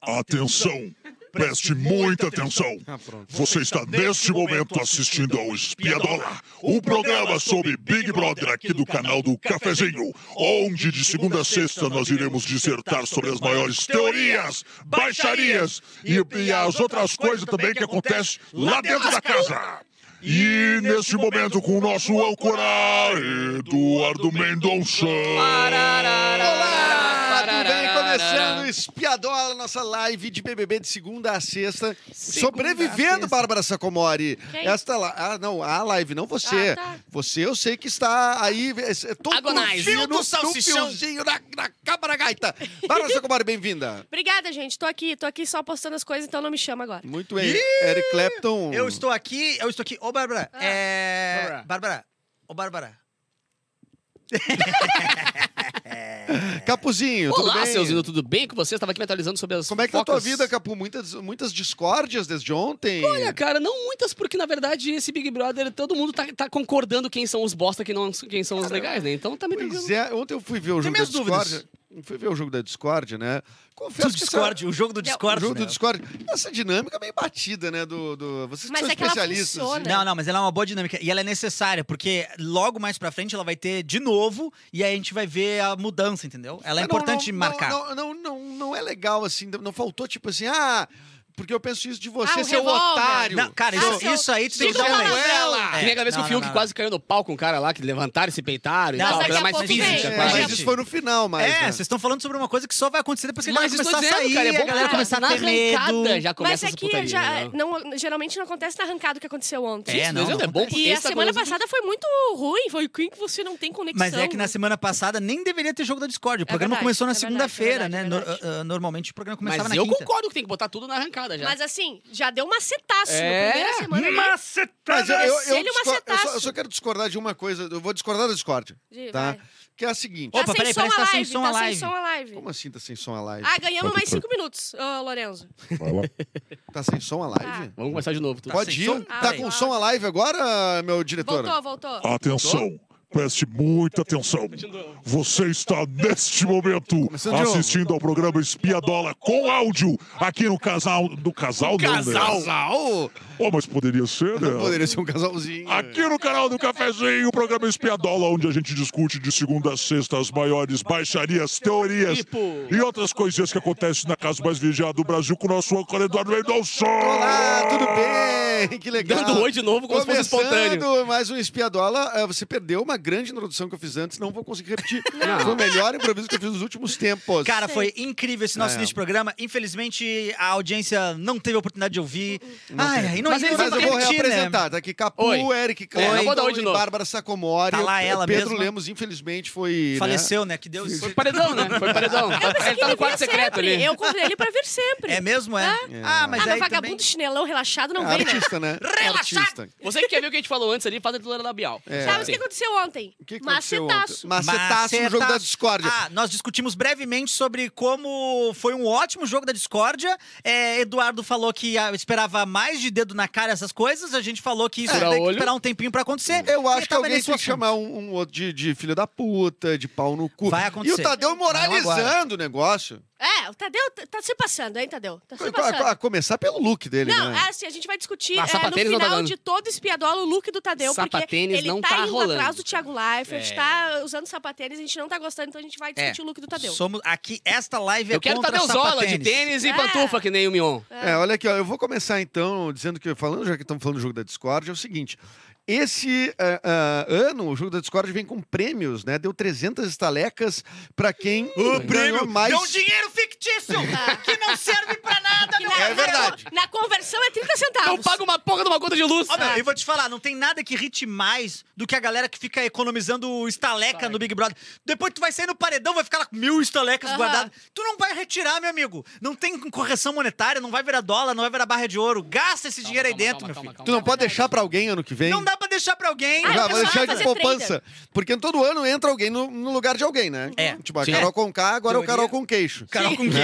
Atenção! Preste muita atenção! Você está neste momento assistindo ao Espiadola, o programa sobre Big Brother aqui do canal do Cafezinho, onde de segunda a sexta nós iremos dissertar sobre as maiores teorias, baixarias e, e as outras coisas também que acontecem lá dentro da casa. E neste momento com o nosso âncora, Eduardo Mendonça. Olá, tudo bem? Parará. Começando o Espiadola, nossa live de BBB de segunda a sexta. a Sobrevivendo, sexta. Bárbara Sacomori. Quem? Esta lá, ah, não, a live, não você. Ah, tá. Você eu sei que está aí, é, é, todo Agonize. fio Fio do no, no salsichão. fiozinho, na, na cabra gaita. Bárbara Sacomori, bem-vinda. Obrigada, gente. Tô aqui, tô aqui só postando as coisas, então não me chama agora. Muito bem, Eric Clapton. Eu estou aqui, eu estou aqui. Ô, Bárbara, Ah. é... Bárbara. Ô, Bárbara. Capuzinho, tudo Olá, bem? seus lindos, tudo bem com vocês? Estava aqui me atualizando sobre as Como é que tá a tua fofocas. vida, Capu? Muitas, muitas discórdias desde ontem. Olha, É, cara, não muitas, porque na verdade esse Big Brother, todo mundo tá, tá concordando quem são os bosta, quem, não, quem são os legais, né? Então tá meio tranquilo. Pois é, ontem eu fui ver o jogo da minhas dúvidas. Discord. Fui ver o jogo da Discord, né? Confesso Do que Discord, o jogo do Essa, o Discord. jogo do né? Discord. Essa dinâmica é meio batida, né? Do, do, vocês que Mas são é que ela especialistas. funciona. Não, não, mas ela é uma boa dinâmica e ela é necessária, porque logo mais pra frente ela vai ter de novo e aí a gente vai ver a mudança, entendeu? Ela é Mas não, importante não, marcar. Não, não, não, não é legal, assim. Não faltou, tipo assim, ah, porque eu penso isso de você, Ah, o seu revólver. otário. Não, cara, Ah, isso, é seu- isso aí tu tem que Diga dar o um palavrão. Ela! Que nem a vez que o não, Fiuk não, não. quase caiu no pau com um cara lá, que levantaram e se peitaram e Não, tal. mas Uma daqui coisa a mais pouco física, vem. É, quase. mas isso foi no final, mas. É, né? vocês estão falando sobre uma coisa que só vai acontecer depois que ele Mas vai eu tô começar a dizendo, sair, cara, é a bom galera cara, começar a na ter medo. arrancada já Mas começa é essa que putaria, já, né? não, geralmente não acontece na arrancada o que aconteceu ontem. É, Isso, não, mas não é bom, porque E a essa semana coisa- passada foi muito ruim, foi quem que você não tem conexão. Mas é que na semana passada nem deveria ter jogo da Discord. O programa verdade, começou na é verdade, é segunda-feira, né? verdade, é No- verdade. ah, ah, normalmente o programa começava Mas na eu quinta. concordo que tem que botar tudo na arrancada já. Mas assim, já deu macetaço É. na primeira semana. ali. Mas eu, eu, eu, Ele é discor- um eu, só, macetaço. eu só quero discordar de uma coisa. Eu vou discordar da Discord, De- tá? vai. Que é a seguinte. Opa, tá sem peraí, som parece que a tá sem live, som tá a sem live. som a live. Como assim tá sem som a live? Ah, ganhamos Pode mais ser. cinco minutos, ô, Lorenzo. Vai lá. Tá sem som a live? Vamos começar de novo. Tá? Pode sem ir? som? Ah, tá vai. com som a live agora, meu diretor? Voltou, voltou. Atenção, preste muita atenção. Você está neste momento Começando de novo. assistindo ao programa Espiadola com áudio aqui no casal do casal do Casal! Oh, mas poderia ser, né? Poderia ser um casalzinho. Ah, Aqui no canal do Cafezinho, o programa Espiadola, onde a gente discute de segunda a sexta as maiores baixarias, teorias Tipo. e outras coisinhas que acontecem na casa mais vigiada do Brasil com o nosso âncora Eduardo Mendonça. Olá, tudo bem? Que legal. Dando oi de novo como se fosse espontâneo. Começando mais um Espiadola. Ah, Você perdeu uma grande introdução que eu fiz antes, não vou conseguir repetir. Foi o melhor improviso que eu fiz nos últimos tempos. Cara, foi incrível esse nosso É. início de programa. Infelizmente, a audiência não teve a oportunidade de ouvir. Ai, ai, não, Mas não eles dá mas pra eu vou repetir, né? reapresentar. Tá aqui Capu, Oi. Eric É, Clapton, não vou dar oi de e novo. Bárbara Sacomori. É, Tá lá ela Pedro mesma. Lemos, infelizmente, foi... né? Faleceu, né? Que Deus. Foi paredão, né? Foi paredão. Ele tá no Vem quarto secreto sempre. ali. Eu convidei ele pra vir sempre. É mesmo, é? Ah, mas ah, mas aí vagabundo também... chinelão relaxado não vem, né? Artista, né? Artista. Você que quer ver o que a gente falou antes ali, faz a leitura labial. É. Sabe o que aconteceu ontem? O que que aconteceu ontem? Macetaço. Macetaço no tá jogo da Macetaço. discórdia. Ah, nós discutimos brevemente sobre como foi um ótimo jogo da discórdia. É, Eduardo falou que ah, esperava mais de dedo na cara essas coisas. A gente falou que isso Furar tem que olho. esperar um tempinho pra acontecer. Eu E acho que tava alguém nesse tem assunto. que chamar um, um outro de, de filho da puta, de pau no cu. Vai acontecer. E o Tadeu Não moralizando o negócio. É, o Tadeu tá- tá se passando, hein, Tadeu? Tá se A, passando. a- a começar pelo look dele, Não, né? é assim, a gente vai discutir é, Ah, no sapatênis não tá final dando. de todo espiadola o look do Tadeu, porque Sapatênis ele não tá, tá indo rolando. atrás do Thiago Leifert, É. tá usando sapatênis, a gente não tá gostando, então a gente vai discutir o look do Tadeu. Somos aqui, esta live é Eu quero contra Tadeuzola de sapatênis. tênis e É. pantufa, que nem o Mion. É, olha aqui, ó, eu vou começar então dizendo que, falando, já que estamos falando do jogo da Discord, é o seguinte. Esse ah, ah, ano, o jogo da Discord vem com prêmios, né? Deu 300 estalecas pra quem O ganhou prêmio mais... é um dinheiro fictício que não serve pra nada, Que meu na- É verdade. Então, Na, na conversão é 30 centavos. Não paga uma porra de uma conta de luz. Ó, meu, eu vou te falar, Ah, não tem nada que irrite mais do que a galera que fica economizando estaleca no Big Brother. Depois tu vai sair no paredão, vai ficar lá com mil estalecas Aham. guardadas. Tu não vai retirar, meu amigo. Não tem correção monetária, não vai virar dólar, não vai virar barra de ouro. Gasta esse dinheiro aí calma, dentro, calma, meu calma, filho. calma. Tu não pode deixar pra alguém ano que vem? Não dá pra deixar pra alguém. Ah, Já vai o pessoal deixar vai de fazer poupança. Porque todo ano entra alguém no, no lugar de alguém, né? É. Tipo, a Sim. Carol com K, agora é o Teoria. Carol com queixo. Carol com queijo.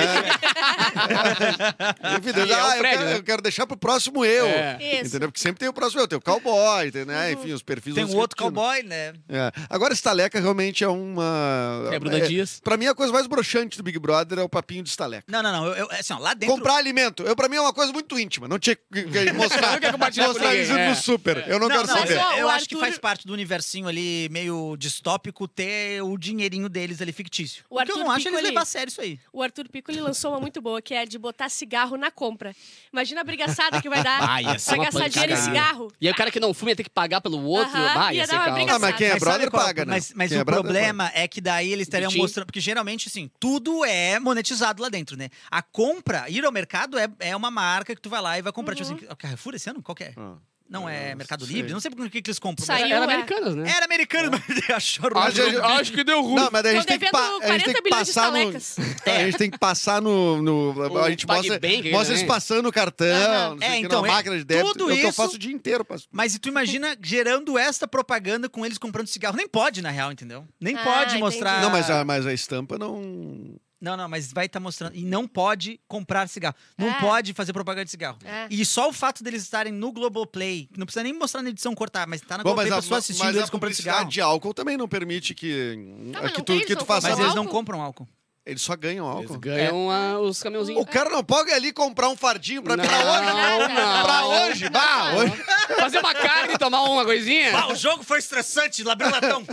Evidente. E é o ah, eu, Fred, quero, né? eu quero deixar pro próximo eu. É. Isso. Uhum. Entendeu? Porque sempre tem o próximo eu. Tem o cowboy, tem, né? Enfim, os perfis Tem vão um se outro repetindo. cowboy, né? É. Agora, estaleca realmente é uma. É, Bruna Dias. Pra mim, a coisa mais broxante do Big Brother é o papinho de estaleca. Não, não, não. Eu, eu- assim, ó, lá dentro. Comprar alimento. Eu, pra mim é uma coisa muito íntima. Não tinha que que mostrar. Não quer compartilhar com mostrar ninguém, isso é. no super. Eu não, quero não, é saber. eu, mas, ó, eu o acho que Arthur- faz parte do universinho ali, meio distópico, ter o dinheirinho deles ali fictício. O O que eu Arthur não acho é eles Piccoli- levar a sério isso aí. O Arthur Pico ele lançou uma muito boa, que é a de botar cigarro na compra. Imagina a brigaçada que vai dar Ah, ia ser pra uma gastar dinheiro em pancada. né? cigarro. E aí o cara que não fuma ia ter que pagar pelo outro. Aham, bah, ia, ia ser dar uma caos. briga- Ah, mas quem é Mas sabe brother qual- paga, né? Mas, mas Quem o é brother, problema é que daí eles estariam Pitinho. mostrando. Porque geralmente, assim, tudo é monetizado lá dentro, né? A compra, ir ao mercado é, é uma marca que tu vai lá e vai comprar. Uhum. Tipo assim, Carrefour esse ano? Qual que é? paga. Não é não Mercado sei. É. Livre? Não sei por que que eles compram. mas- Saiu, Era é. americanas, né? Era americano, mas acharam Mas eu- um que deu ruim. Não, mas daí a gente Estão tem que, pa- devendo a gente tem 40 que bilhões de passar no. É, estalecas. A gente tem que passar no. no- a O gente mostra, PagBank aí mostra eles também. passando o Aham. cartão, não sei É, o que, então, na é- máquina de débito. tudo é o que eu isso- faço o dia inteiro. Passo. Mas e tu imagina gerando esta propaganda com eles comprando cigarro? Nem pode, na real, entendeu? Nem Ah, pode entendi. mostrar. Não, mas a, mas a estampa não. Não, não, mas vai estar mostrando. E não pode comprar cigarro. Não É. pode fazer propaganda de cigarro. É. E só o fato deles estarem no Globoplay, que não precisa nem mostrar na edição cortar, mas tá na Bom, Globoplay mas a, pra pessoa assistindo mas eles a comprando publicidade cigarro. de álcool também não permite que, é Tá, mas que, não tu, tem, que eles tu não faça. Mas compram eles não álcool? compram álcool. Eles só ganham álcool. Eles ganham ah, os caminhãozinhos. O cara não pode ali comprar um fardinho pra, pra hoje. Não, não. Pra hoje. Bah, hoje. Fazer uma carne e tomar uma coisinha? Ah, o jogo foi estressante, labrou latão.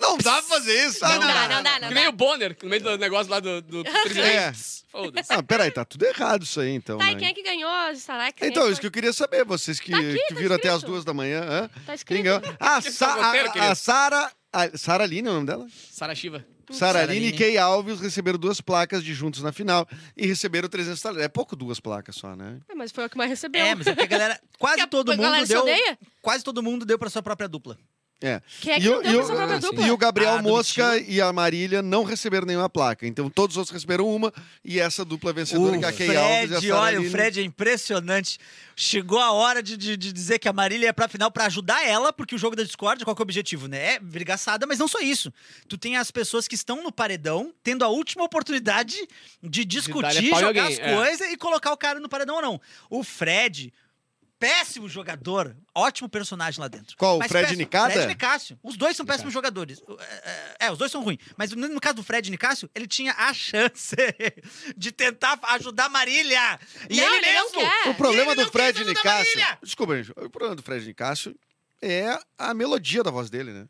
Não dá pra fazer isso. Ah, Não dá, não dá, não que dá. nem o Bonner, no meio do negócio lá do, do dos presidentes. Foda-se. Ah, peraí, tá tudo errado isso aí, então. Tá, e né? quem é que tá ganhou as estalecas? Então, Quem isso que eu queria saber, vocês que, Tá aqui, que tá viram até escrito. as duas da manhã. hã? Tá Quem escrito. ganhou? Ah, Vocês Sa- são roteiro, a, a querido? Sara. a- Sara Aline é o nome dela? Sara Shiva. Sara Sara Aline e Aline. Key Alves receberam duas placas de juntos na final e receberam 300 talentos. É pouco duas placas só, né? É, mas foi o que mais recebeu. É, mas é porque a galera. Quase Que a- todo a mundo galera se deu. odeia? Quase todo mundo deu pra sua própria dupla. É. Quem é que e, não o, deu e pra o- sua própria ah, sim. dupla? e o Gabriel Ah, do Mosca e a Marília não receberam nenhuma placa. Então todos os outros receberam uma e essa dupla vencedora que é a Key Alves e a Fred, Sara olha, Aline. o Fred é impressionante. Chegou a hora de, de- de dizer que a Marília é pra final pra ajudar ela, porque o jogo da Discord, qual que é o objetivo, né? É brigaçada, mas não só isso. Tu tem as pessoas que estão no paredão, tendo a última oportunidade de discutir, pau em jogar alguém, as é. coisas e colocar o cara no paredão ou não. O Fred... Péssimo jogador, ótimo personagem lá dentro. Qual, o Fred péssimo. Nicada? Fred Nicásio. Os dois são péssimos jogadores. É, é, é, os dois são ruins. Mas no no caso do Fred Nicásio, ele tinha a chance de tentar ajudar a Marília. E Não, ele, ele não mesmo. quer. O problema Ele não do quis Fred ajudar a Nicásio. Marília. Desculpa, gente. O problema do Fred Nicásio é a melodia da voz dele, né?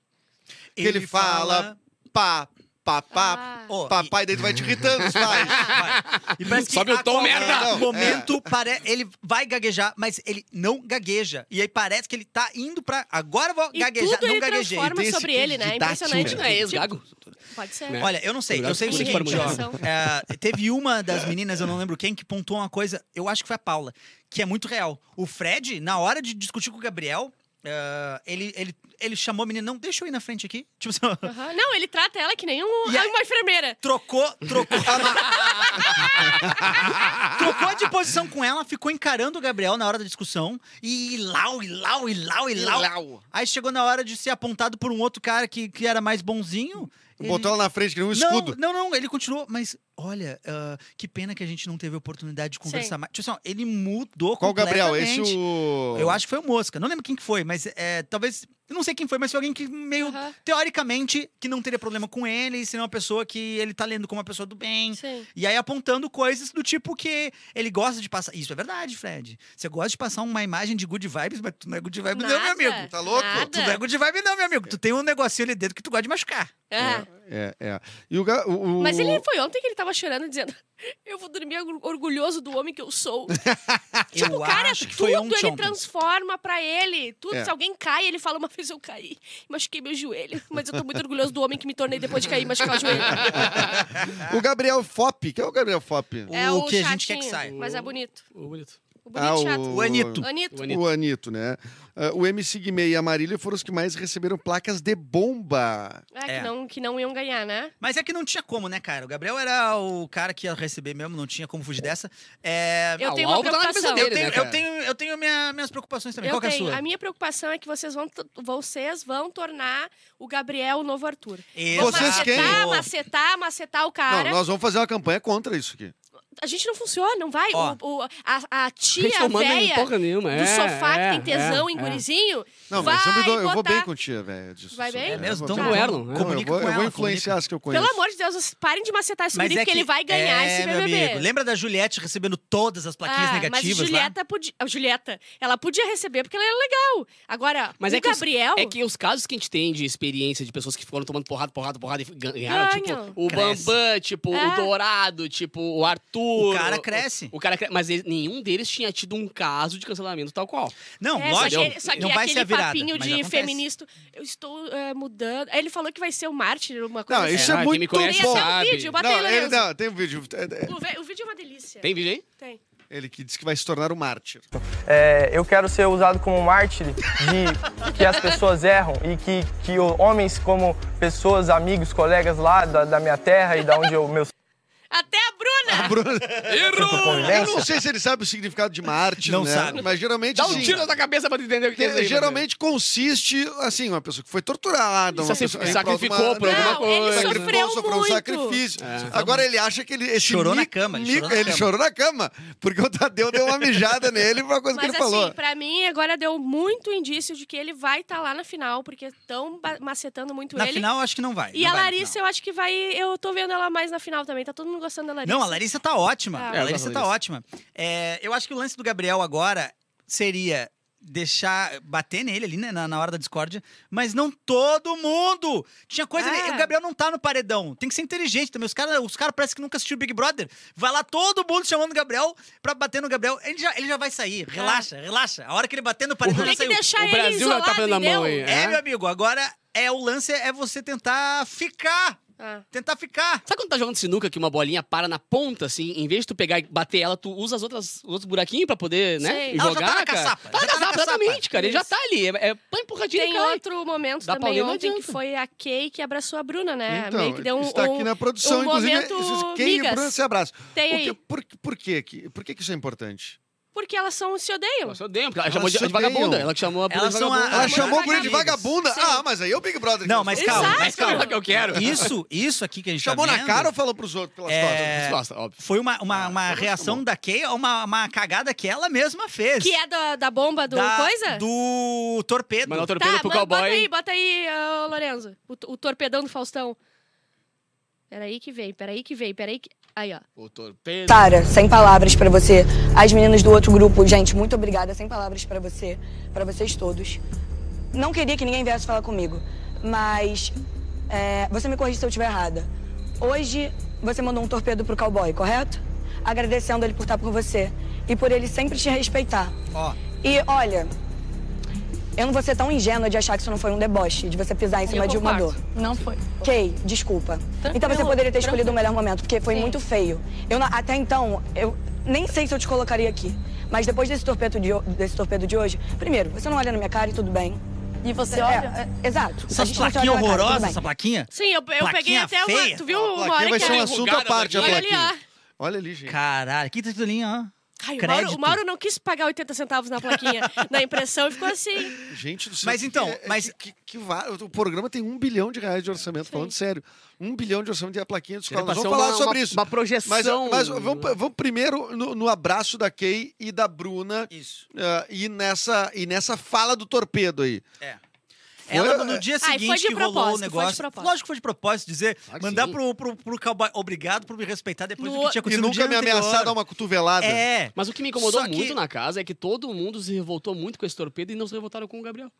Que ele, fala pá, pá, pá, Ah. Ó, e- papai, daí tu vai te irritando, os pais. Vai. E parece que Sobe o a tom, qualquer merda! Não, é. momento, pare- ele vai gaguejar, mas ele não gagueja. E aí parece que ele tá indo pra... Agora eu vou E gaguejar, tudo não ele gaguejei. transforma Tem esse sobre que ele, né? É didático, Impressionante. Não é ex-gago? Pode ser. Né? Olha, eu não sei. Eu sei o Obrigado seguinte, pela ó. É. informação. É, teve uma das meninas, eu não lembro quem, que pontuou uma coisa, eu acho que foi a Paula, que é muito real. O Fred, na hora de discutir com o Gabriel, é, ele, ele, ele chamou a menina, não, deixa eu ir na frente aqui. Tipo assim, ó, Aham. Não, ele trata ela que nem um- E aí- uma enfermeira. trocou, trocou. trocou de posição com ela, ficou encarando o Gabriel na hora da discussão. E lau, e lau, e lau, e lau. Aí chegou na hora de ser apontado por um outro cara que, que era mais bonzinho. ele- Botou ela na frente, que nem um escudo. Não, não, não, ele continuou, mas olha, ah, que pena que a gente não teve oportunidade de conversar mais. Tipo assim, ó, ele mudou Qual o Gabriel? completamente. Esse o. Eu acho que foi o Mosca. Não lembro quem que foi, mas é, talvez. Eu não sei quem foi, mas foi alguém que meio. Aham. Teoricamente, que não teria problema com ele, seria uma pessoa que ele tá lendo como uma pessoa do bem. Sim. E aí apontando coisas do tipo que ele gosta de passar. Isso é verdade, Fred. Você gosta de passar uma imagem de good vibes, mas tu não é good vibe, não, meu Nada, amigo. Tá louco? nada. Tu não é good vibe, não, meu amigo. Tu tem um negocinho ali dentro que tu gosta de machucar. É. É, é. E o, ga- o- o- Mas ele foi ontem que ele tava chorando, dizendo: Eu vou dormir orgu- orgulhoso do homem que eu sou. tipo, eu cara, acho que tudo foi um ontem. ele ontem. transforma pra ele. Tudo, É. se alguém cai, ele fala: Uma vez eu caí, machuquei meu joelho. Mas eu tô muito orgulhoso do homem que me tornei depois de cair e machucar o joelho. o Gabriel Fop. Quem é o Gabriel Fop? O que a gente quer que chatinho, saia. Mas é bonito. Ô, bonito. O O bonito Ah, chato. O Anito. Anito. O Anito. O Anito, né? Ah, o MC Guimê e a Marília foram os que mais receberam placas de bomba. É, É. Que, não, que não iam ganhar, né? Mas é que não tinha como, né, cara? O Gabriel era o cara que ia receber mesmo, não tinha como fugir dessa. É, Eu Ah, tenho o uma Álvaro tá na preocupação. mesa eu dele, tenho, né, eu cara? tenho, eu tenho minha- minhas preocupações também. Eu Qual que é a tenho. sua? A minha preocupação é que vocês vão, t- vocês vão tornar o Gabriel o novo Arthur. Vão Exato. Vocês quem? macetar, É macetar, macetar o Não, cara. nós vamos fazer uma campanha contra isso aqui. A gente não funciona, não vai. Ó. O- o- a, a Gente, tia não manda em véia porra nenhuma. do é, sofá é, que tem tesão é, em é. gurizinho Não, vai mas eu, me dou- eu vou botar... bem com tia, velho. disso, Vai assim, bem? né? É mesmo? Eu vou- Então, Tá. Erlon, né? Não, eu comunica vou, com eu ela. vou influenciar as que eu conheço. Pelo amor de Deus, vocês parem de macetar esse guri, Mas é porque que- ele vai ganhar é, esse meu BBB. amigo. Lembra da Juliette recebendo todas as plaquinhas Ah, negativas mas lá? Julieta podia. a Julieta, ela podia receber porque ela era legal. Agora, Mas o é que os- Gabriel. É que os casos que a gente tem de experiência de pessoas que foram tomando porrada, porrada, porrada e gan- ganharam, Ganham. tipo, o Cresce. Bambam, tipo, É. o Dourado, tipo, o Arthur. O cara cresce. O cara cre- Mas ele- nenhum deles tinha tido um caso de cancelamento tal qual. Não, É, lógico. só que, só que não vai aquele ser a virada. papinho mas de acontece. feminista, eu estou é, mudando. Aí Ele falou que vai ser o mártir, uma coisa Não, assim. isso é quem muito me conhece bom. Tem até um vídeo, bota aí, Não, ele, Lorenzo. não, tem um vídeo. É, é, O, ve- o vídeo é uma delícia. Tem vídeo aí? Tem. Ele que disse que vai se tornar um mártir. É, eu quero ser usado como um mártir de que as pessoas erram e que, que o- homens como pessoas, amigos, colegas lá da, da minha terra e da onde eu meus Até a Bruna! Bruno- Eu convivência. não sei se ele sabe o significado de mártir, Não né? sabe. Mas geralmente Dá um sim. tiro na cabeça pra tu entender o que é Que quer dizer. geralmente consiste, assim, uma pessoa que foi torturada, uma Se pessoa em sacrificou prol de por alguma Não, ele coisa. sofreu sofreu um muito. sacrifício. Agora ele acha que ele. Esse É. Chorou na mico- cama, ele mico- chorou na ele cama. chorou na cama, porque o Tadeu deu uma mijada nele por uma coisa Mas que ele assim, falou. pra mim, agora deu muito indício de que ele vai estar lá na final, porque estão macetando muito Na ele. final, acho que não vai. e não a vai na Larissa, final. eu acho que vai. Eu tô vendo ela mais na final também. Tá todo mundo gostando da Larissa. Não, a Larissa tá ótima. a Ah. É, Larissa eu gosto tá da Larissa. ótima. É, eu acho que o lance do Gabriel agora seria deixar bater nele ali né, na, na hora da discórdia, mas não todo mundo. Tinha coisa ali, É. o Gabriel não tá no paredão. Tem que ser inteligente também. Os caras, os cara parece que nunca assistiu Big Brother. Vai lá todo mundo chamando o Gabriel pra bater no Gabriel. Ele já, ele já vai sair. Relaxa, relaxa. A hora que ele bater no paredão já Tem que saiu. deixar O ele Brasil já isolado, tá fazendo a mão aí. entendeu? É, é? meu amigo, agora é o lance é você tentar ficar, Ah. tentar ficar. Sabe quando tá jogando sinuca que uma bolinha para na ponta, assim? Em vez de tu pegar e bater ela, tu usa as outras, os outros buraquinhos pra poder, né? Sei. Jogar, Ela já tá na cara. caçapa, Tá já na tá na caçapa, caçapa. exatamente, cara. Ele já Isso. tá ali. É, é pã empurradinha Tem e cai. outro momento Da também Paulina não ontem, que adianta. foi a Kay que abraçou a Bruna, né? Então, Meio que deu um, está aqui um- na produção, um inclusive. momento esses- Quem migas. Bruno se abraça. Tem O que- aí. por, por, quê que, por que que isso é importante? Porque elas são, se odeiam. Ela se odeia, porque ela Elas chamou de, se de vagabunda. odeiam. Ela que chamou a Bruna Elas de são a- vagabunda. Ah, Ela mas chamou o Bruno de amigas. vagabunda? Sim. Ah, mas aí é o Big Brother. que Não, nós mas estamos calma, Exato. mas calma. que eu quero. Isso, isso aqui que a gente Chamou tá na vendo cara ou falou pros outros pelas É. Gosta, óbvio. Foi uma, uma, Ah, é uma reação da Kay, a uma, uma cagada que ela mesma fez. Que é da, da bomba do da, coisa? Do torpedo. Mandar é o torpedo Tá, pro mas bota cowboy. aí, bota aí, ô, Lorenzo. O, t- o torpedão do Faustão. Peraí que vem, peraí que vem, peraí que... Aí, ó. O torpedo. Tá. Sara, sem palavras pra você. As meninas do outro grupo, gente, muito obrigada. Sem palavras pra você, pra vocês todos. Não queria que ninguém viesse falar comigo, mas é, você me corrige se eu estiver errada. Hoje você mandou um torpedo pro cowboy, correto? Agradecendo ele por estar por você e por ele sempre te respeitar. Ó, E olha, eu não vou ser tão ingênua de achar que isso não foi um deboche, de você pisar em cima de uma dor. concordo. Não foi. Kay, desculpa. então você poderia ter escolhido o melhor momento, porque foi muito feio. Eu, não- até então, eu nem sei se eu te colocaria aqui. Mas depois desse torpedo, de, ho- desse torpedo de hoje, primeiro, você não olha na minha cara e tudo bem. E você É, olha. é, exato. A essas gente não se plaquinhas olha na cara, tudo horrorosas, bem. essa plaquinha. Sim, eu, eu peguei Plaquinha até uma... feia. Tu viu falando. A uma hora plaquinha que... vai ser um a- assunto à parte, a Olha ali, plaquinha. ó. Olha ali, gente. Caralho, que titulinha, ó. Ai, o, Mauro, Crédito. o Mauro não quis pagar 80 centavos na plaquinha, na impressão, e ficou assim. Gente do céu. Mas que- então, é- é mas- Que, que, que va- O programa tem um bilhão de reais de orçamento, falando sério. Um bilhão de orçamento e a plaquinha de escola. Nós vamos Passou falar uma- sobre uma- isso. Uma projeção. Mas, mas vamos, vamos primeiro no, no abraço da Kay e da Bruna Isso. ah, e, nessa, e nessa fala do torpedo aí. Ela, no dia foi de seguinte que rolou o propósito, foi de negócio. propósito. Lógico que foi de propósito dizer, Claro que mandar sim. pro, pro, pro cowboy obrigado por me respeitar depois do No- que tinha E acontecido no nunca dia me anterior. ameaçar dar uma cotovelada. É. Mas o que me incomodou Só que- muito na casa é que todo mundo se revoltou muito com esse torpedo e não se revoltaram com o Gabriel.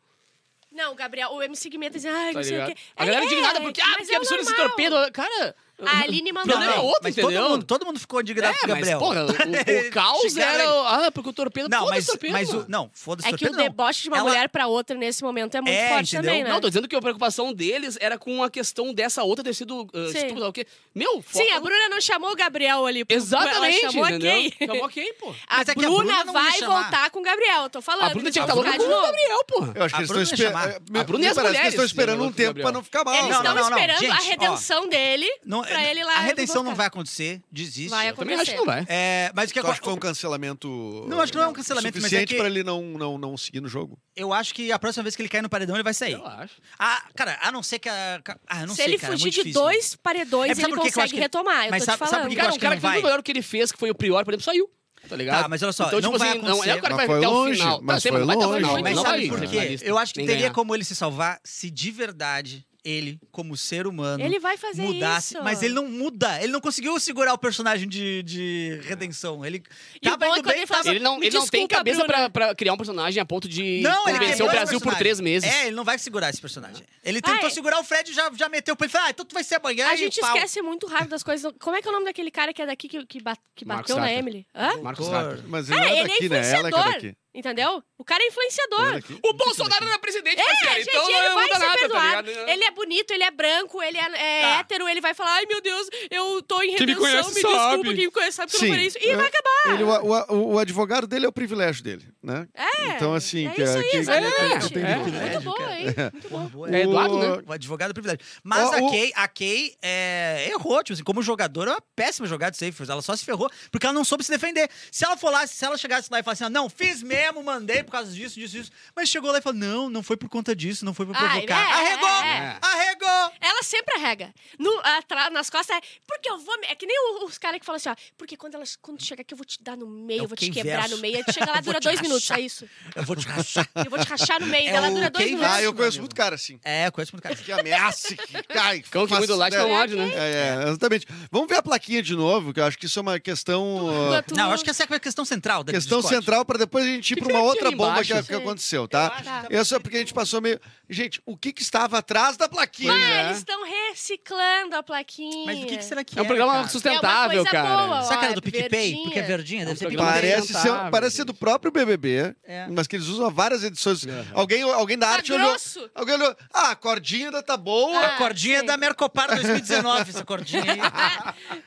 Não, Gabriel, o MC Guimê tá dizendo, ai, Tá não sei o ligado? quê. A galera É, indignada porque, ah, mas que é absurdo esse normal. torpedo. Cara, A Aline O mandou. problema é bem. outro, mas entendeu? todo mundo, todo mundo ficou indignado É, com o mas, Gabriel. porra, o, o caos Chegaram era. o- Ah, porque o torpedo. Não, foda-se mas, torpedo. mas o, não, foda-se É que o torpedo não. deboche de uma Ela- mulher pra outra nesse momento é muito É, forte entendeu? também, né? Não, tô dizendo que a preocupação deles era com a questão dessa outra ter sido ah, Sim. estúpida, o quê? Meu, foca Sim, a no- Bruna não chamou o Gabriel ali. porque Exatamente, Ela chamou a entendeu? quem? Chamou a quem, pô? A, Mas é que a Bruna Bruna não ia vai chamar. voltar com o Gabriel, eu tô falando. A Bruna eles tinha que estar vão tá ficar louca com de o novo. Gabriel, porra. Eu A acho que eles eh, Bruna estão ia chamar. esperando. A Bruna e as que eles mulheres, estão esperando né, um Gabriel? tempo pra não ficar mal. Eles Não, estão não, não, não. esperando a Gente, ó. redenção dele Não, pra ele lá. a redenção não voltar. vai acontecer, desiste. Vai Eu também acho que não acontecer. vai. É, mas o que Tu acha que foi acontece? um cancelamento. Não, acho que não é um cancelamento, mas é Suficiente que- pra ele não, não, não seguir no jogo. Eu acho que a próxima vez que ele cair no paredão, ele vai sair. Eu acho. Ah, cara, a não ser que a. Ah, eu não Se sei, ele cara, é fugir muito de difícil. dois paredões, É, sabe ele por que que eu consegue acho que- retomar. Eu Mas tô te sabe- sabe falando. por que que eu Cara, acho um cara que que não fez muito vai. melhor o que ele fez, que foi o Prior, por exemplo, saiu. Tá ligado? Tá, mas olha só, então, não tipo vai assim, não é o acontecer. cara que Mas vai até foi o longe, final. mas Tá, foi vai até o longe, final, mas não Mas não vai sabe ser por quê? finalista, Eu acho que nem teria ganhar. como ele se salvar se de verdade ele, como ser humano, Ele vai fazer mudasse. isso. Mas ele não muda. Ele não conseguiu segurar o personagem de, de redenção. Ele E o tava bom é indo quando bem, ele fala tava- assim, Ele não, Me ele não tem desculpa, cabeça Bruna. pra, pra criar um personagem a ponto de Não, ele convencer quebrou o esse Brasil por personagem. três meses. É, ele não vai segurar esse personagem. Ele Ah, tentou é- segurar o Fred e já, já meteu pra ele. Falou, ah, então tu vai ser amanhã A e gente pau. esquece muito rápido as coisas. Como é que é o nome daquele cara que é daqui que, que, ba- que Marcos bateu na Harper. Emily? Hã? Marcos Doutor. Harper. Mas ele Cara, não é ele é daqui, né? Ela que é influenciador. daqui. Entendeu? O cara Ela é é influenciador. daqui. O Bolsonaro era presidente, mas, cara, É, gente, então ele não vai muda ser nada, tá perdoado. ligado? ele é bonito, ele é branco, ele é, é Tá. hétero, ele vai falar: ai meu Deus, eu tô em Quem redenção, me conhece desculpa, sabe." quem me conhece sabe que eu Sim. não falei isso. E É. vai acabar. Ele, o, o- o advogado dele é o privilégio dele, né? É. Então, assim, é que- isso aí, que- né? que- exatamente. que- É, que- Muito que- boa, hein? Muito boa. Boa, É Eduardo, né? O advogado é privilégio. Mas Ó, a o- Kay, a Kay é, errou, tipo assim, como jogadora, é uma péssima jogada de safe. Ela só se ferrou porque ela não soube se defender. Se ela for lá, se ela chegasse lá e falasse assim, ah, não, fiz mesmo, mandei por causa disso, disso, disso. Mas chegou lá e falou, não, não foi por conta disso, não foi pra Ai, provocar. é, é, arregou! é. Arregou! Ela sempre arrega. No, atra- nas costas é. Porque eu vou. me-" É que nem o- os caras que falam assim, ó. Porque quando, elas, quando chegar aqui, eu vou te dar no meio, É o eu vou te quem quebrar verso. no meio. Aí tu chega lá, Eu vou dura te dois minutos. rachar. É isso. Eu vou te rachar. Eu vou te rachar no meio. É ela o dura dois quem minutos. Ah, eu conheço amigo. muito cara, assim. é, eu conheço muito cara. Que ameaça, que cai. Cão que faz- muito late é, não morde, né? É, é, exatamente. Vamos ver a plaquinha de novo, que eu acho que isso é uma questão. ah, Tu- Não, eu acho que essa é a questão central da Questão Discord. central para depois a gente ir que para tem uma aqui outra bomba embaixo? que, que aconteceu, tá? Tá. Eu só porque a gente passou meio. Gente, o que, que estava atrás da plaquinha? Pois é. Eles estão reciclando a plaquinha. Mas o que, que será que é? É um programa cara? É uma sustentável, coisa cara. boa, ó, Será que era do é PicPay? verdinha. Porque é verdinha, deve ser É um PicPay. programa Parece ser, sustentável, parece ser do gente. próprio BBB, É. né? mas que eles usam várias edições. Alguém, alguém da Tá arte olhou. grosso. Ah. Alguém olhou. Ah, a cordinha ainda tá boa. A cordinha é sim. da Mercopar 2019, essa cordinha aí.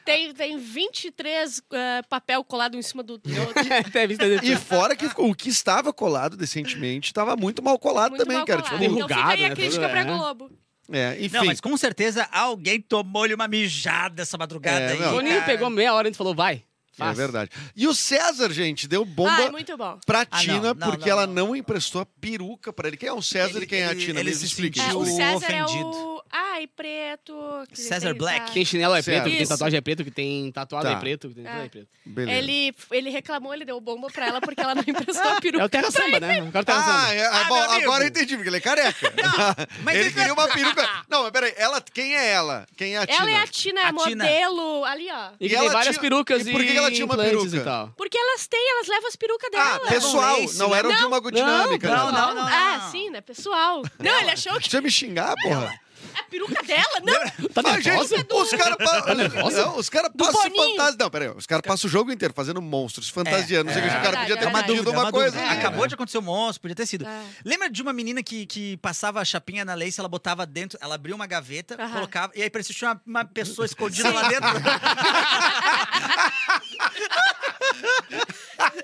Tem, tem 23 eh, papel colado em cima do, do outro. Até visto dele. E fora que ficou- o que estava colado decentemente estava muito mal colado Muito também, mal cara. colado. Tipo, então fica aí enrugado, a né, crítica tudo, pra é. Globo. é, enfim. Não, mas com certeza alguém tomou-lhe uma mijada essa madrugada É, aí. cara. não. Toninho pegou meia hora e falou, vai. É Faz. verdade. E o César, gente, deu bomba Ai, Ah, é muito bom. pra Ah, não, não, Tina não, porque ela não. não, emprestou a peruca pra ele. Quem é o César Ele- e quem é a ele- Tina? ele Me se explica. sentiu- É, o Tio César é ofendido. o... Ai, preto. que César tem- Black. tá. Quem chinelo é preto, Certo. que tem Isso. tatuagem é preto, que tem tatuado Tá. é preto, que tem tudo Ah. é preto. Beleza. Ele, ele reclamou, ele deu bomba pra ela porque ela não emprestou a É peruca. o Terra Samba, né? O tá cara Terra Ah, Samba. é, ah, Ah, bom, meu amigo. agora eu entendi, porque ele é careca. mas ele ele- queria uma peruca. Não, mas peraí, ela, quem é ela? Quem é a Tina? é Ela é a Tina, A é Tina. modelo ali, ó. E E que ela tem várias tinha- perucas e e, por que que ela tinha uma implantes peruca? e tal. Porque elas têm, elas levam as perucas Ah, dela. pessoal, Lace, não né? era de uma dinâmica. não, né? não, não. Ah, sim, né? Pessoal. Não, ele achou que Você me xingar, Tá porra? a peruca dela. Não, Tá Ah, gente, nervosa? os caras nervosa? Não, os caras passam Tá Boninho. fantasia. Não, peraí, os caras passam o jogo inteiro fazendo monstros, fantasiando. Não sei o que, o cara Verdade, podia é ter uma pedido dúvida, é uma uma coisa. dúvida. né? Acabou de acontecer um monstro, podia ter sido. É. Lembra de uma menina que, que passava a chapinha na lace, ela botava dentro, ela abria uma gaveta, Aham. colocava, e aí parecia que tinha uma, uma pessoa escondida lá dentro.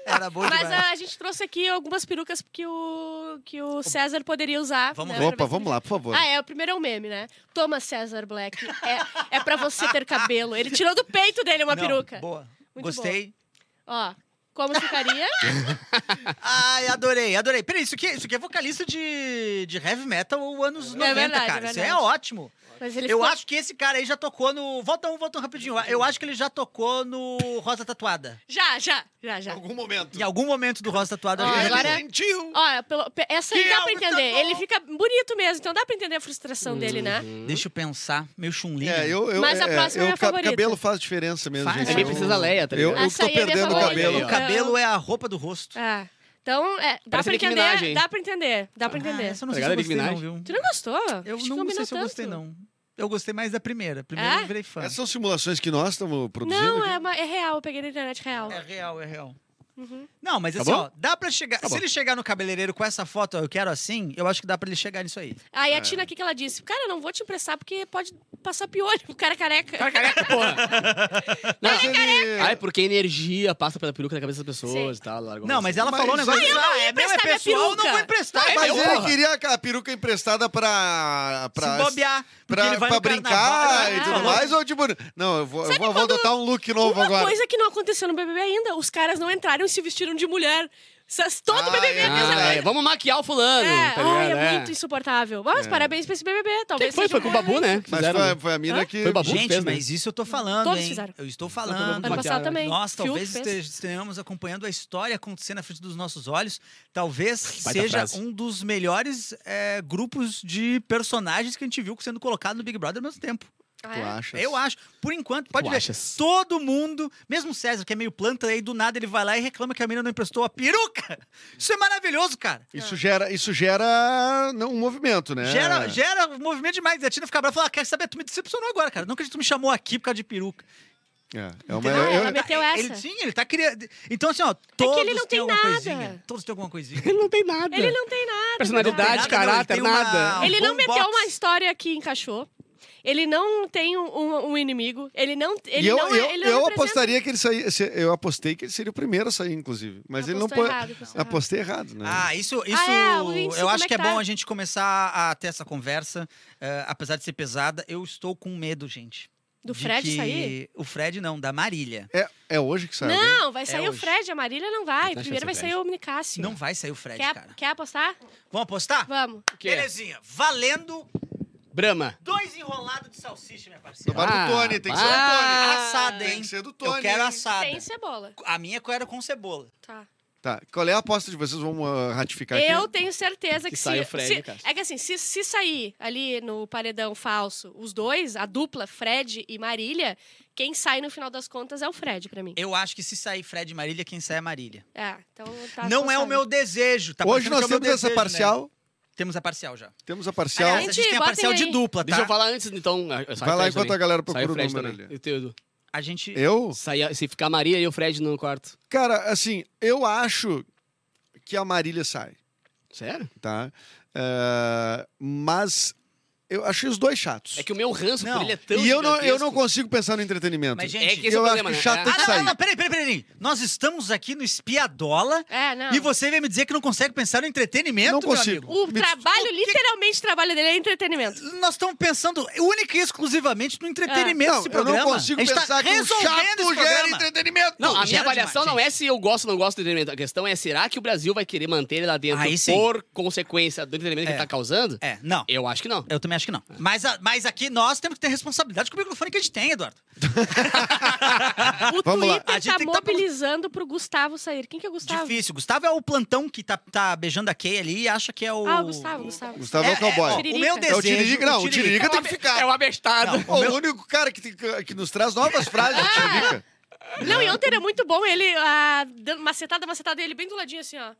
Era bom mas demais. ah, a gente trouxe aqui algumas perucas que o, que o César poderia usar. Vamos né, ver. pra Opa, ver se vamos ele- lá, por favor. Ah, é, o primeiro é o meme, né? Toma, César Black. É, é pra você ter cabelo. Ele tirou do peito dele ah, uma Não, peruca. Boa. Muito Gostei. Ó, como ficaria? Ai, adorei, adorei. Peraí, isso aqui, isso aqui é vocalista de, de heavy metal anos 90, verdade, cara. é isso é verdade. ótimo. Mas ele eu ficou- acho que esse cara aí já tocou no. Volta um, volta um rapidinho. Eu acho que ele já tocou no Rosa Tatuada. Já, já, já, Em já. algum momento. Em algum momento do Rosa Tatuada. Ó, é ele- é, Ah, agora- sentiu. Ó, pelo- pe- essa aí Que dá pra algo entender. tão bom. Ele fica bonito mesmo, então dá pra entender a frustração dele, né? Uhum. Deixa eu pensar. Meio chun É, eu, eu, Mas a é, próxima eu, é a ca- favorita. cabelo faz diferença mesmo, Faz. gente. É bem precisa Leia, tá eu, ligado? eu, que Essa tô aí é minha perdendo o favorita. cabelo. O cabelo é a roupa do rosto. Ah, então, é, dá Parece pra Nicki entender, Minaj, hein? dá pra entender, dá pra entender. Ah, essa eu não Tá sei se eu gostei, é ligado, Nicki não, Minaj? viu? Tu não gostou? Eu Acho que não sei combinou se eu tanto. gostei, não. Eu gostei mais da primeira. Primeiro É? eu virei fã. Essas são simulações que nós estamos produzindo. Não, aqui? é, uma- é real, eu peguei na internet real. É real, é real. Uhum. Não, mas Tá assim, bom? ó, dá pra chegar. se bom. ele chegar no cabeleireiro com essa foto, ó, eu quero assim, eu acho que dá pra ele chegar nisso aí. Aí É. a Tina, o que, que ela disse? Cara, eu não vou te emprestar porque pode passar piolho. O cara é careca. é Cara careca, porra. Não, Mas ele- Ah, é porque a energia passa pela peruca da cabeça das pessoas e tal. larga uma Não, mas coisa ela Mas falou um negócio. aí eu ah, é meu, é emprestar minha pessoal, não vou peruca. emprestar. é Mas meu, ele porra. queria a peruca emprestada pra. pra se bobear. porque pra, ele vai pra no brincar carnaval, e né? tudo Ah. mais, ou tipo, não, eu vou, eu vou, vou adotar um look novo Uma agora. coisa que não aconteceu no BBB ainda. Os caras não entraram e se vestiram de mulher. Sas- Todo Ah, BBB é é a mesma assim. Ah, coisa. é, vamos maquiar o fulano, É, tá ai, ligado? É. é muito insuportável. Mas parabéns pra esse BBB, Quem talvez que foi? seja Foi com o um Babu, né? Mas Fizeram- foi, foi a mina Hã? que. Foi o Babu que Gente, fez, né? mas isso eu tô falando, Todos hein? fizeram. Eu estou todo mundo falando. Ano passado Maquiaram. também. Nós Fiuk talvez fez. este- estejamos acompanhando a história acontecer na frente dos nossos olhos. Talvez Baita seja frase. um dos melhores é, grupos de personagens que a gente viu sendo colocado no Big Brother ao mesmo tempo. Tu Ah, assim. é? achas? Eu acho. Por enquanto, pode Tu ver. achas? Todo mundo, mesmo o César, que é meio planta, aí do nada ele vai lá e reclama que a mina não emprestou a peruca. Isso é maravilhoso, cara. Isso gera, isso gera não, um movimento, É. né? Gera, gera um movimento demais. E a Tina fica brava e fala: ah, quer saber? Tu me decepcionou agora, cara. Não acredito que tu me chamou aqui por causa de peruca. É, é uma, Entendeu? eu- Ela meteu essa. É Ele, sim, ele tá criando. Então, assim, ó, todos ele não têm tem alguma nada. coisinha. Todos têm alguma coisinha. Ele não tem nada. Ele não tem nada. Personalidade, Não tem nada, caráter, não, ele tem nada. uma- Ele um não bom meteu box. uma história que encaixou. Ele não tem um, um- um inimigo. Ele não. Ele e eu, não, é- eu, ele eu não representa- apostaria que ele saía. se- Eu apostei que ele seria o primeiro a sair, inclusive. Mas ele não Apostou pode. errado, apostou errado. Apostei errado, né? Ah, isso, isso é, o índice, eu como acho é que é que tá? bom a gente começar a ter essa conversa, eh, apesar de ser pesada. Eu estou com medo, gente. Do de Fred que- sair? O Fred não, da Marília. É, é hoje que saiu. Não, vai sair o hoje. Fred, a Marília não vai. Não Primeiro vai vai ser o sair o Omnicássio. Não vai sair o Fred, cara. Quer, quer apostar? Vamos apostar? Vamos. Quê? Belezinha. Valendo Brama. dois enrolados de salsicha, minha Do parceira. bar do Tony, tem que ser do Ah. Tony. assada, hein? Tem que ser do Eu Tony. quero hein? assada. Sem cebola. A minha era com cebola. Tá. Tá, qual é a aposta de vocês? Vamos ah, ratificar Eu aqui. tenho certeza Que que, sai se, o Fred, se- cara. É que assim, se, se sair ali no paredão falso os dois, a dupla Fred e Marília, quem sai no final das contas é o Fred pra mim. Eu acho que se sair Fred e Marília, quem sai é Marília. É, então tá não é o apostado. meu desejo. Tá hoje parecendo nós que é o meu temos essa desejo, parcial. Né? Temos a parcial já. Temos a parcial. Aliás, a gente Gente, tem a parcial botem de aí. dupla, tá? Deixa eu falar antes, então. Ah, Vai lá enquanto a galera procura Sai o o Fred número também. ali. E teu, Edu? A gente. Eu? Sai a- se ficar a Maria e o Fred no quarto. Cara, assim, eu acho que a Marília sai, Sério? tá? É, mas eu achei os dois chatos. É que o meu ranço Não. por ele é tão E eu não, eu não gigantesco. consigo pensar no entretenimento. Mas, gente, É que esse é eu o acho problema, que né? chato É. tem Ah, que não, não, sair. não, peraí, peraí, peraí. Nós estamos aqui no Espiadola É, não. e você vem me dizer que não consegue pensar no entretenimento, Não meu consigo. amigo. O Me- trabalho, literalmente, o trabalho dele é entretenimento. Nós estamos pensando única e exclusivamente no entretenimento É. Não, desse eu programa. não consigo a gente tá pensar que o resolvendo chato esse gera programa. entretenimento. Não, a minha gera avaliação demais, não é se eu gosto ou não gosto do entretenimento. A questão é, será que o Brasil vai querer manter ele lá dentro Aí sim. por consequência do entretenimento que É. ele tá causando? É, não. Eu acho que não. Eu também acho que não. Mas, a- mas aqui nós temos que ter responsabilidade com o microfone que a gente tem, Eduardo. O Vamos lá. Ah, A Twitter gente tá tem que tá pro- mobilizando pro Gustavo sair. Quem que é o Gustavo? Difícil. Gustavo é o plantão que tá, tá beijando a Kay ali e acha que é o. Ah, o Gustavo, Gustavo. Gustavo é, o cowboy. ó, o Tiririca. meu É o desejo. Tiririca, não, o Tiririca tem que ficar. É uma bestada. Não, Ó, o O, meu- único cara que, tem- que nos traz novas frases, o Tiririca. Não, e ontem era muito bom ele ah, dando macetada, macetada, e ele bem do ladinho assim, ó.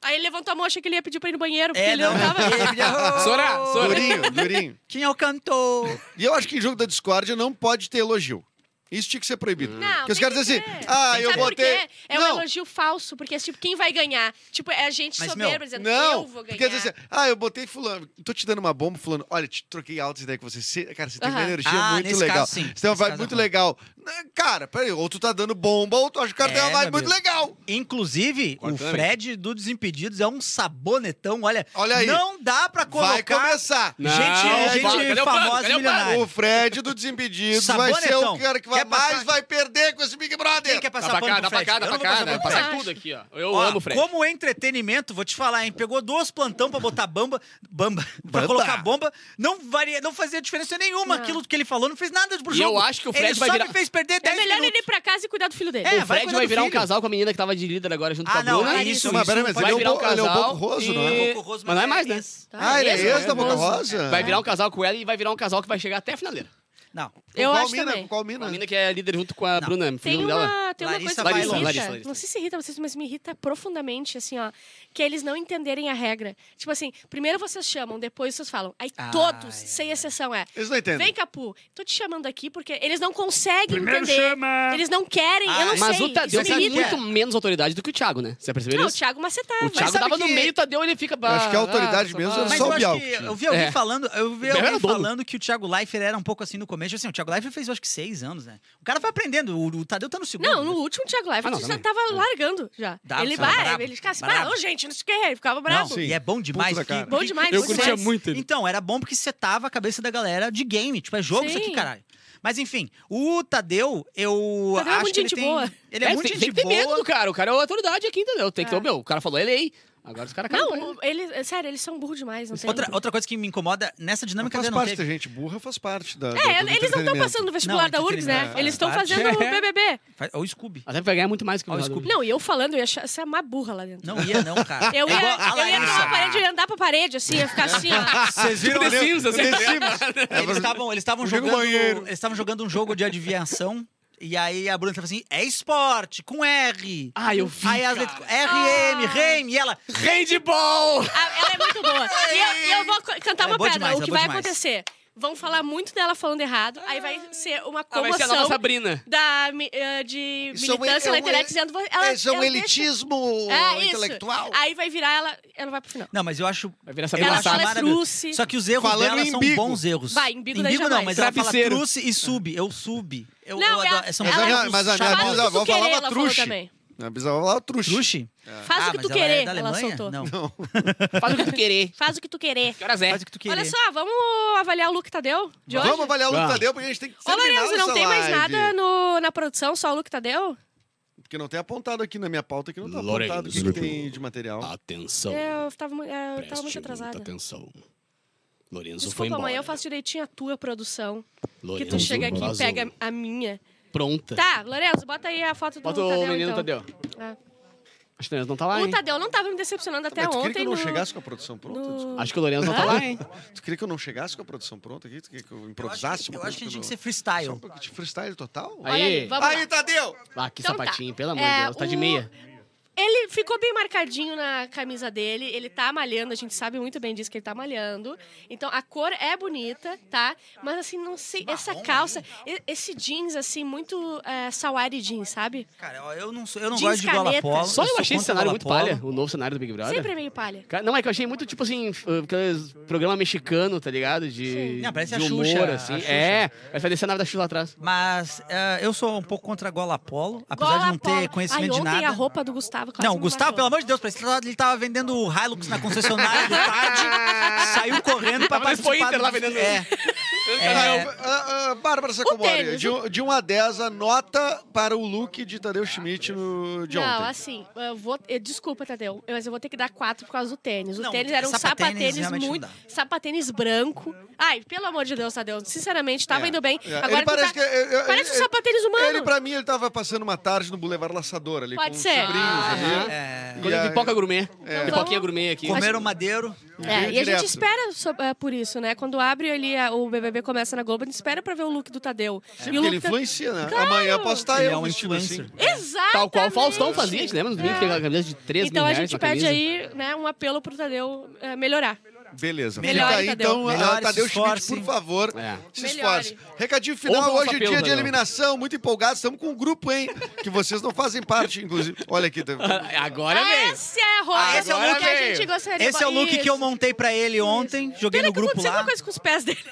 Aí ele levantou a mão, achei que ele ia pedir pra ir no banheiro, porque É, ele não. não tava. Sora, Sora. Durinho, durinho. Quem é o cantor? E eu acho que em jogo da discórdia não pode ter elogio. Isso tinha que ser proibido. Não, Porque os tem caras dizem que assim, ter. ah, eu Sabe por botei... quê? É não, um elogio falso, porque é tipo, quem vai ganhar? Tipo, é a gente Mas, soberba meu, dizendo, Não, eu vou ganhar. porque diz assim, ah, eu botei fulano, tô te dando uma bomba, fulano, olha, te troquei altas ideias com você, Você- cara, você tem uma Aham. energia Ah, muito nesse legal, caso, sim. você tem uma Nesse vibe caso, muito aham. legal. Né, Cara, peraí, ou tu tá dando bomba, ou tu acha que o cara É, tem uma vibe meu muito amigo. legal. Inclusive, o Fred do Desimpedidos é um sabonetão. Olha, Olha aí. não dá pra colocar. Vai começar. Não, gente gente vai. Cadê o plano? famosa Cadê e o milionária. O Fred do Desimpedidos vai ser Sabonetão. o cara que vai Quer mais passar? vai perder com esse Big Brother. Quem quer Dá passar pra pano cá, pro dá pra Fred? cá, dá Eu pra não vou cá, dá pano pra pro cá Fred. tudo aqui, ó. Eu Ó, amo o Fred. Como entretenimento, vou te falar, hein? Pegou dois plantão pra botar bamba. Bamba. pra Bamba. colocar bomba. Não, varia, não fazia diferença nenhuma. Não. Aquilo que ele falou não fez nada pro E jogo. eu acho que o Fred ele vai só virar- me fez perder 10 É melhor minutos. ele ir pra casa e cuidar do filho É, dele. O Fred cuidar vai do virar um filho. casal com a menina que tava de líder agora junto com Ah, a não, Bruna. é isso. Mas isso, pera, mas pode ele é um virar pouco- ele é um pouco roso, não é? e- Um pouco roso, mas não é mais, né? isso. Tá, Ah, ele é isso, ex da é Boca mesmo. Rosa? Vai virar um casal com ela e vai virar um casal que vai chegar até a finaleira. Não. Com Eu qual acho mina? também. Com Qual mina? A mina que é líder junto com a Não. Bruna. Me fugiu o Tem nome dela. uma, tem uma Larissa coisa que me Bailon, irrita. Larissa, Larissa. Não sei se irrita vocês, mas me irrita profundamente, assim, ó. Que eles não entenderem a regra. Tipo assim, primeiro vocês chamam, depois vocês falam. Aí Ah, todos, é. sem exceção, é. Eles não entendem. Vem, Capu, tô te chamando aqui porque eles não conseguem Primeiro entender. chama! Eles não querem, Ah, eu não Mas sei. o Tadeu isso me tem irrita. É. muito menos autoridade do que o Thiago, né? Você percebeu Não, o isso? Thiago macetava. O Thiago sabe tava no que- meio, o Tadeu ele fica... pra- acho que a autoridade ah, mesmo é só pra- Mas só eu o acho Bial que que tinha. eu vi alguém É. falando, eu vi Bial era alguém dono. falando que o Thiago Leifert era um pouco assim no começo. Assim, o Thiago Leifert fez, eu acho que seis anos, né? O cara vai aprendendo, o, o Tadeu tá no segundo. Não, né? no último Thiago Ah, Leifert não, já também. tava largando já. Dava, ele tava vai, bravo, ele ficava assim, bravo. "Ah, ô, gente, não sei o que, ele ficava bravo. sim. E é bom demais. Puta, que- cara. Bom demais, Eu bom curtia demais. muito ele. Então, era bom porque setava a cabeça da galera de game. Tipo, é jogo isso aqui, Sim. caralho. Mas enfim, o Tadeu, eu Tadeu é acho muito que ele gente tem... boa. Ele é, muito tem, gente tem que ter boa. medo do cara. O cara é uma autoridade aqui, entendeu? Tem que ter... É. Meu, o cara falou, ele é lei. Agora os caras cagam pra ele. Não, ele, sério, eles são burros demais, não tem. Outra, outra coisa que me incomoda, nessa Não dinâmica faz dele não parte teve. da gente burra, faz parte da. do- do É, eles não estão entretenimento. passando no vestibular Não, da URGS, né? entretenimento, Eles estão é. fazendo o BBB. Faz- Olha o Scooby. Até vai ganhar muito mais que o Olha o jogador. Scooby. Não, e eu falando, eu ia achar- ser uma burra lá dentro. Não ia, não, cara. Eu É ia, igual a eu ia Larissa. tomar a parede e ia andar pra parede, assim, ia ficar assim, ó. Vocês viram The ali? Sims, assim. The Sims. Eles estavam eles estavam Eu digo jogando, banheiro. eles estavam jogando um jogo de adivinhação e aí a Bruna tava assim: "É esporte com R". Ah, eu vi, Aí as cara. letras RM, Rem, e ela Handball! Ah, Ela é muito boa. E eu, eu vou co- Ela cantar é uma boa pedra. demais, o ela é que boa vai demais. acontecer? Vão falar muito dela falando errado, aí vai ser uma Ah, vai ser a comoção nova Sabrina. da, mi- eh, de Isso é um- militância é um- na internet dizendo... Ela, Esse é um ela deixa- tipo, elitismo É, isso. intelectual. Aí vai virar ela... Ela vai pro final. Não, mas eu acho Vai virar eu Sabrina ela acho fala Sato. maravilhoso. truce. Só que os erros Falando dela em são bico. bons erros. Vai, em bico da Embigo não, jamais. mas ela fala Travesseiro. truce e sub. Eu sub. Eu, Não, eu ela- adoro- são Mas a ela- é jogos minha, mas a minha chatos. Fala o que tu bisavó querer, falava ela falou truxe. também. Minha bisavó falava truxe. Truxe? Faz Ah, o que mas tu ela é querer, da ela, Alemanha? soltou. Não. Faz o que tu querer. Faz o que tu querer. Que horas é? Faz o que tu querer. Olha só, vamos avaliar o look Tadeu de hoje? Vamos avaliar o Luke Vamos. Tadeu, porque a gente tem que Ô, terminar Lorenzo, não essa tem mais live. nada no- na produção, só o look tá Tadeu? Porque não tem apontado aqui na minha pauta, que não tá Lorenzo. apontado o que, que tem de material. Atenção. Eu tava, mu- é, eu tava Preste tá muito atrasada. Muita atenção. Lorenzo foi Desculpa, embora. amanhã eu faço direitinho a tua produção. Lorenzo que tu chega aqui e vazou. pega a minha. Pronta. Tá, Lorenzo, bota aí a foto do Bota o Tadeu. menino tá então. Tadeu. É. Acho que o Lorenzo não tá lá, hein? O Tadeu não tava me decepcionando até Tá, Mas tu queria ontem. que eu não no- chegasse com a produção pronta? no- Desculpa. Acho que o Lorenzo não tá lá, hein? Tu queria que eu não chegasse com a produção pronta aqui? Tu queria que eu Eu acho improvisasse? que- uma eu coisa acho que a gente tinha que ser né? Só freestyle. um pouco de freestyle total? Aí, Olha ali, vamos lá. Aí, Tadeu! Ah, que Então tá. sapatinho, pelo amor É, de Deus. Tá de o- meia. Ele ficou bem marcadinho na camisa dele, ele tá malhando, a gente sabe muito bem disso que ele tá malhando. Então a cor é bonita, tá? Mas assim, não sei, essa calça, né? e- esse jeans assim, muito é, Sawari jeans, sabe? Cara, ó, eu não, sou, eu não Jeans gosto de gola caneta. polo. Só eu sou achei contra esse cenário gola muito polo. palha, o novo cenário do Big Brother. Sempre é meio palha. Cara, Não, é que eu achei muito, tipo assim, f- aqueles programa mexicano, tá ligado? De, Sim. Não, parece de a humor, Xuxa, assim. a Xuxa. É, vai fazer cenário da Xuxa lá atrás. Mas eh, eu sou um pouco contra a gola polo, apesar de não ter polo. conhecimento Ai, de ontem nada. a roupa do Gustavo. quase Não, o me Gustavo, pelo matou. amor de Deus, parece que ele tava- ele tava vendendo o Hilux na concessionária de tarde, saiu correndo pra Tava na Expo participar. Inter do- lá vendendo- É. Ah, É, eu- ah, ah, Bárbara Sacomori, tênis, de, um- de 1 a 10, a nota para o look de Tadeu Schmidt no, de Não, ontem. assim, eu vou. eu- desculpa, Tadeu, mas eu vou ter que dar quatro por causa do tênis. O Não, tênis era um sapatênis sapatênis, realmente não muito. dá. Sapatênis branco. Ai, pelo amor de Deus, Tadeu. Sinceramente, tava É, indo bem. é. Agora Ele tu parece tá- que- eu- eu- parece ele- um sapatênis humano. Ele, pra mim, ele tava passando uma tarde no Boulevard Laçador ali, Pode com ser. Ah, os sobrinhos ali. é, Quando aí- pipoca gourmet. Pipoquinha Então vamos- gourmet aqui. comeram madeiro. É, Veio e a né? direto. gente espera so- é, por isso, né? Quando abre ali a- o BBB começa na Globo, a gente espera pra ver o look do Tadeu. e o É, Porque look ele do- influencia, né? Claro. Amanhã posso estar Ele eu é um vestido influencer. assim. Exatamente. Tal qual o Faustão fazia, te lembra? No domingo que teve aquela camisa de 3 Então mil a reais gente uma pede camisa. aí né, um apelo pro Tadeu é, melhorar. Beleza. Melhore, Fica aí, Tadeu. então, Melhore, a Tadeu se esforce. Schmidt, por favor, É. se Melhore. esforce. Recadinho final, um Ouça o nosso hoje é apelo, dia de Tadeu. eliminação, muito empolgados, estamos com um grupo, hein? Que vocês não fazem parte, inclusive. Olha aqui, tá- Agora vem. Essa é a roupa Ah, esse é o look- que a gente gostaria. Esse é o look que eu montei pra ele ontem, joguei Pena no que grupo aconteceu lá. alguma coisa com os pés dele.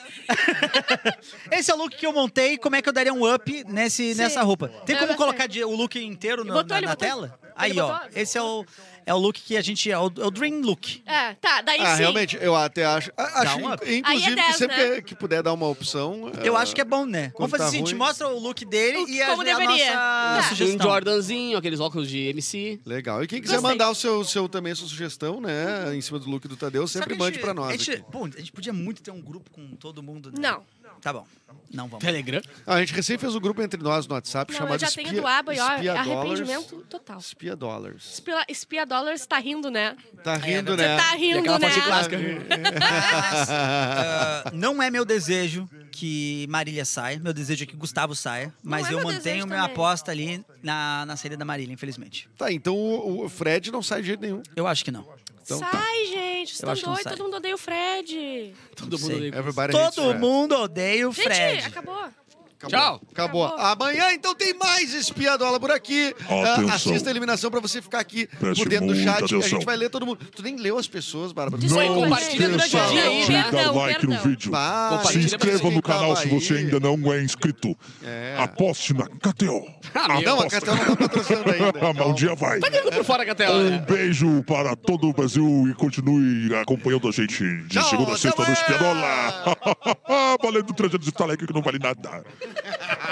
Esse é o look que eu montei, como é que eu daria um up nesse, nessa roupa? Tem Eu como gostei. colocar de- o look inteiro na, Botou, na- ele na botou. tela? Ele Aí, botou. ó, esse é o, é o look que a gente... É o, é o dream look. É, tá, daí Ah, sim. realmente, eu até acho. a- Acho, uma- in- inclusive, Aí é 10, que sempre né? que, que puder dar uma opção. ah, Eu acho que é bom, né? Quando Vamos fazer tá assim, a gente ruim. mostra o look dele O- e a, como a deveria. nossa Tá. Um sugestão. Jordanzinho, aqueles óculos de MC. Legal. E quem quiser Gostei. Uhum. mandar o seu, seu também sua sugestão, né? Em cima do look do Tadeu, Só que sempre a mande gente- pra nós. A gente, aqui. pô, a gente podia muito ter um grupo com todo mundo, né? Não. Tá bom. Não vamos. Telegram. Ah, a gente recém fez um grupo entre nós no WhatsApp Não, eu chamado já Espia, tenho do Aba e ó, é Espia arrependimento Dollars. total. Espia Dollars. Espia, espia Dollars tá rindo, né? Tá rindo, Você né? É, tá E rindo, aquela né? fotinha clássica. Mas, ah, não é meu desejo que Marília saia. Meu desejo é que Gustavo saia. Mas é eu meu mantenho desejo minha também. aposta ali na, na saída da Marília, infelizmente. Tá, então o, o Fred não sai de jeito nenhum. Eu acho que não. Então sai, tá. gente. Vocês Eu acho que estão não doidos. sai. Todo mundo odeia o Fred. Todo mundo Sei. odeia Chris. Everybody hates Todo Fred. mundo odeia o Fred. Gente, acabou. Tchau. Acabou. Acabou. Amanhã, então, tem mais Espiadola por aqui. Atenção. Ah, assista a eliminação pra você ficar aqui Preste por dentro do muita chat. A atenção. gente vai ler todo mundo. Tu nem leu as pessoas, Bárbara. Desculpa, Não gente. compartilha durante o dia aí, esqueça né? de dar Perdão, like no perdão. vídeo. Para, Se gente, inscreva no quem tava canal se você aí. ainda não é inscrito. É. Aposte na KTO. Ah, meu. Não, a Catel não tá patrocinando ainda. Ah, mas um dia vai. Por fora, Gatela. Um beijo para todo o Brasil e continue acompanhando a gente de Tchau, segunda a até sexta no amanhã. Espiadola. Valendo 300 de talento que não vale nada.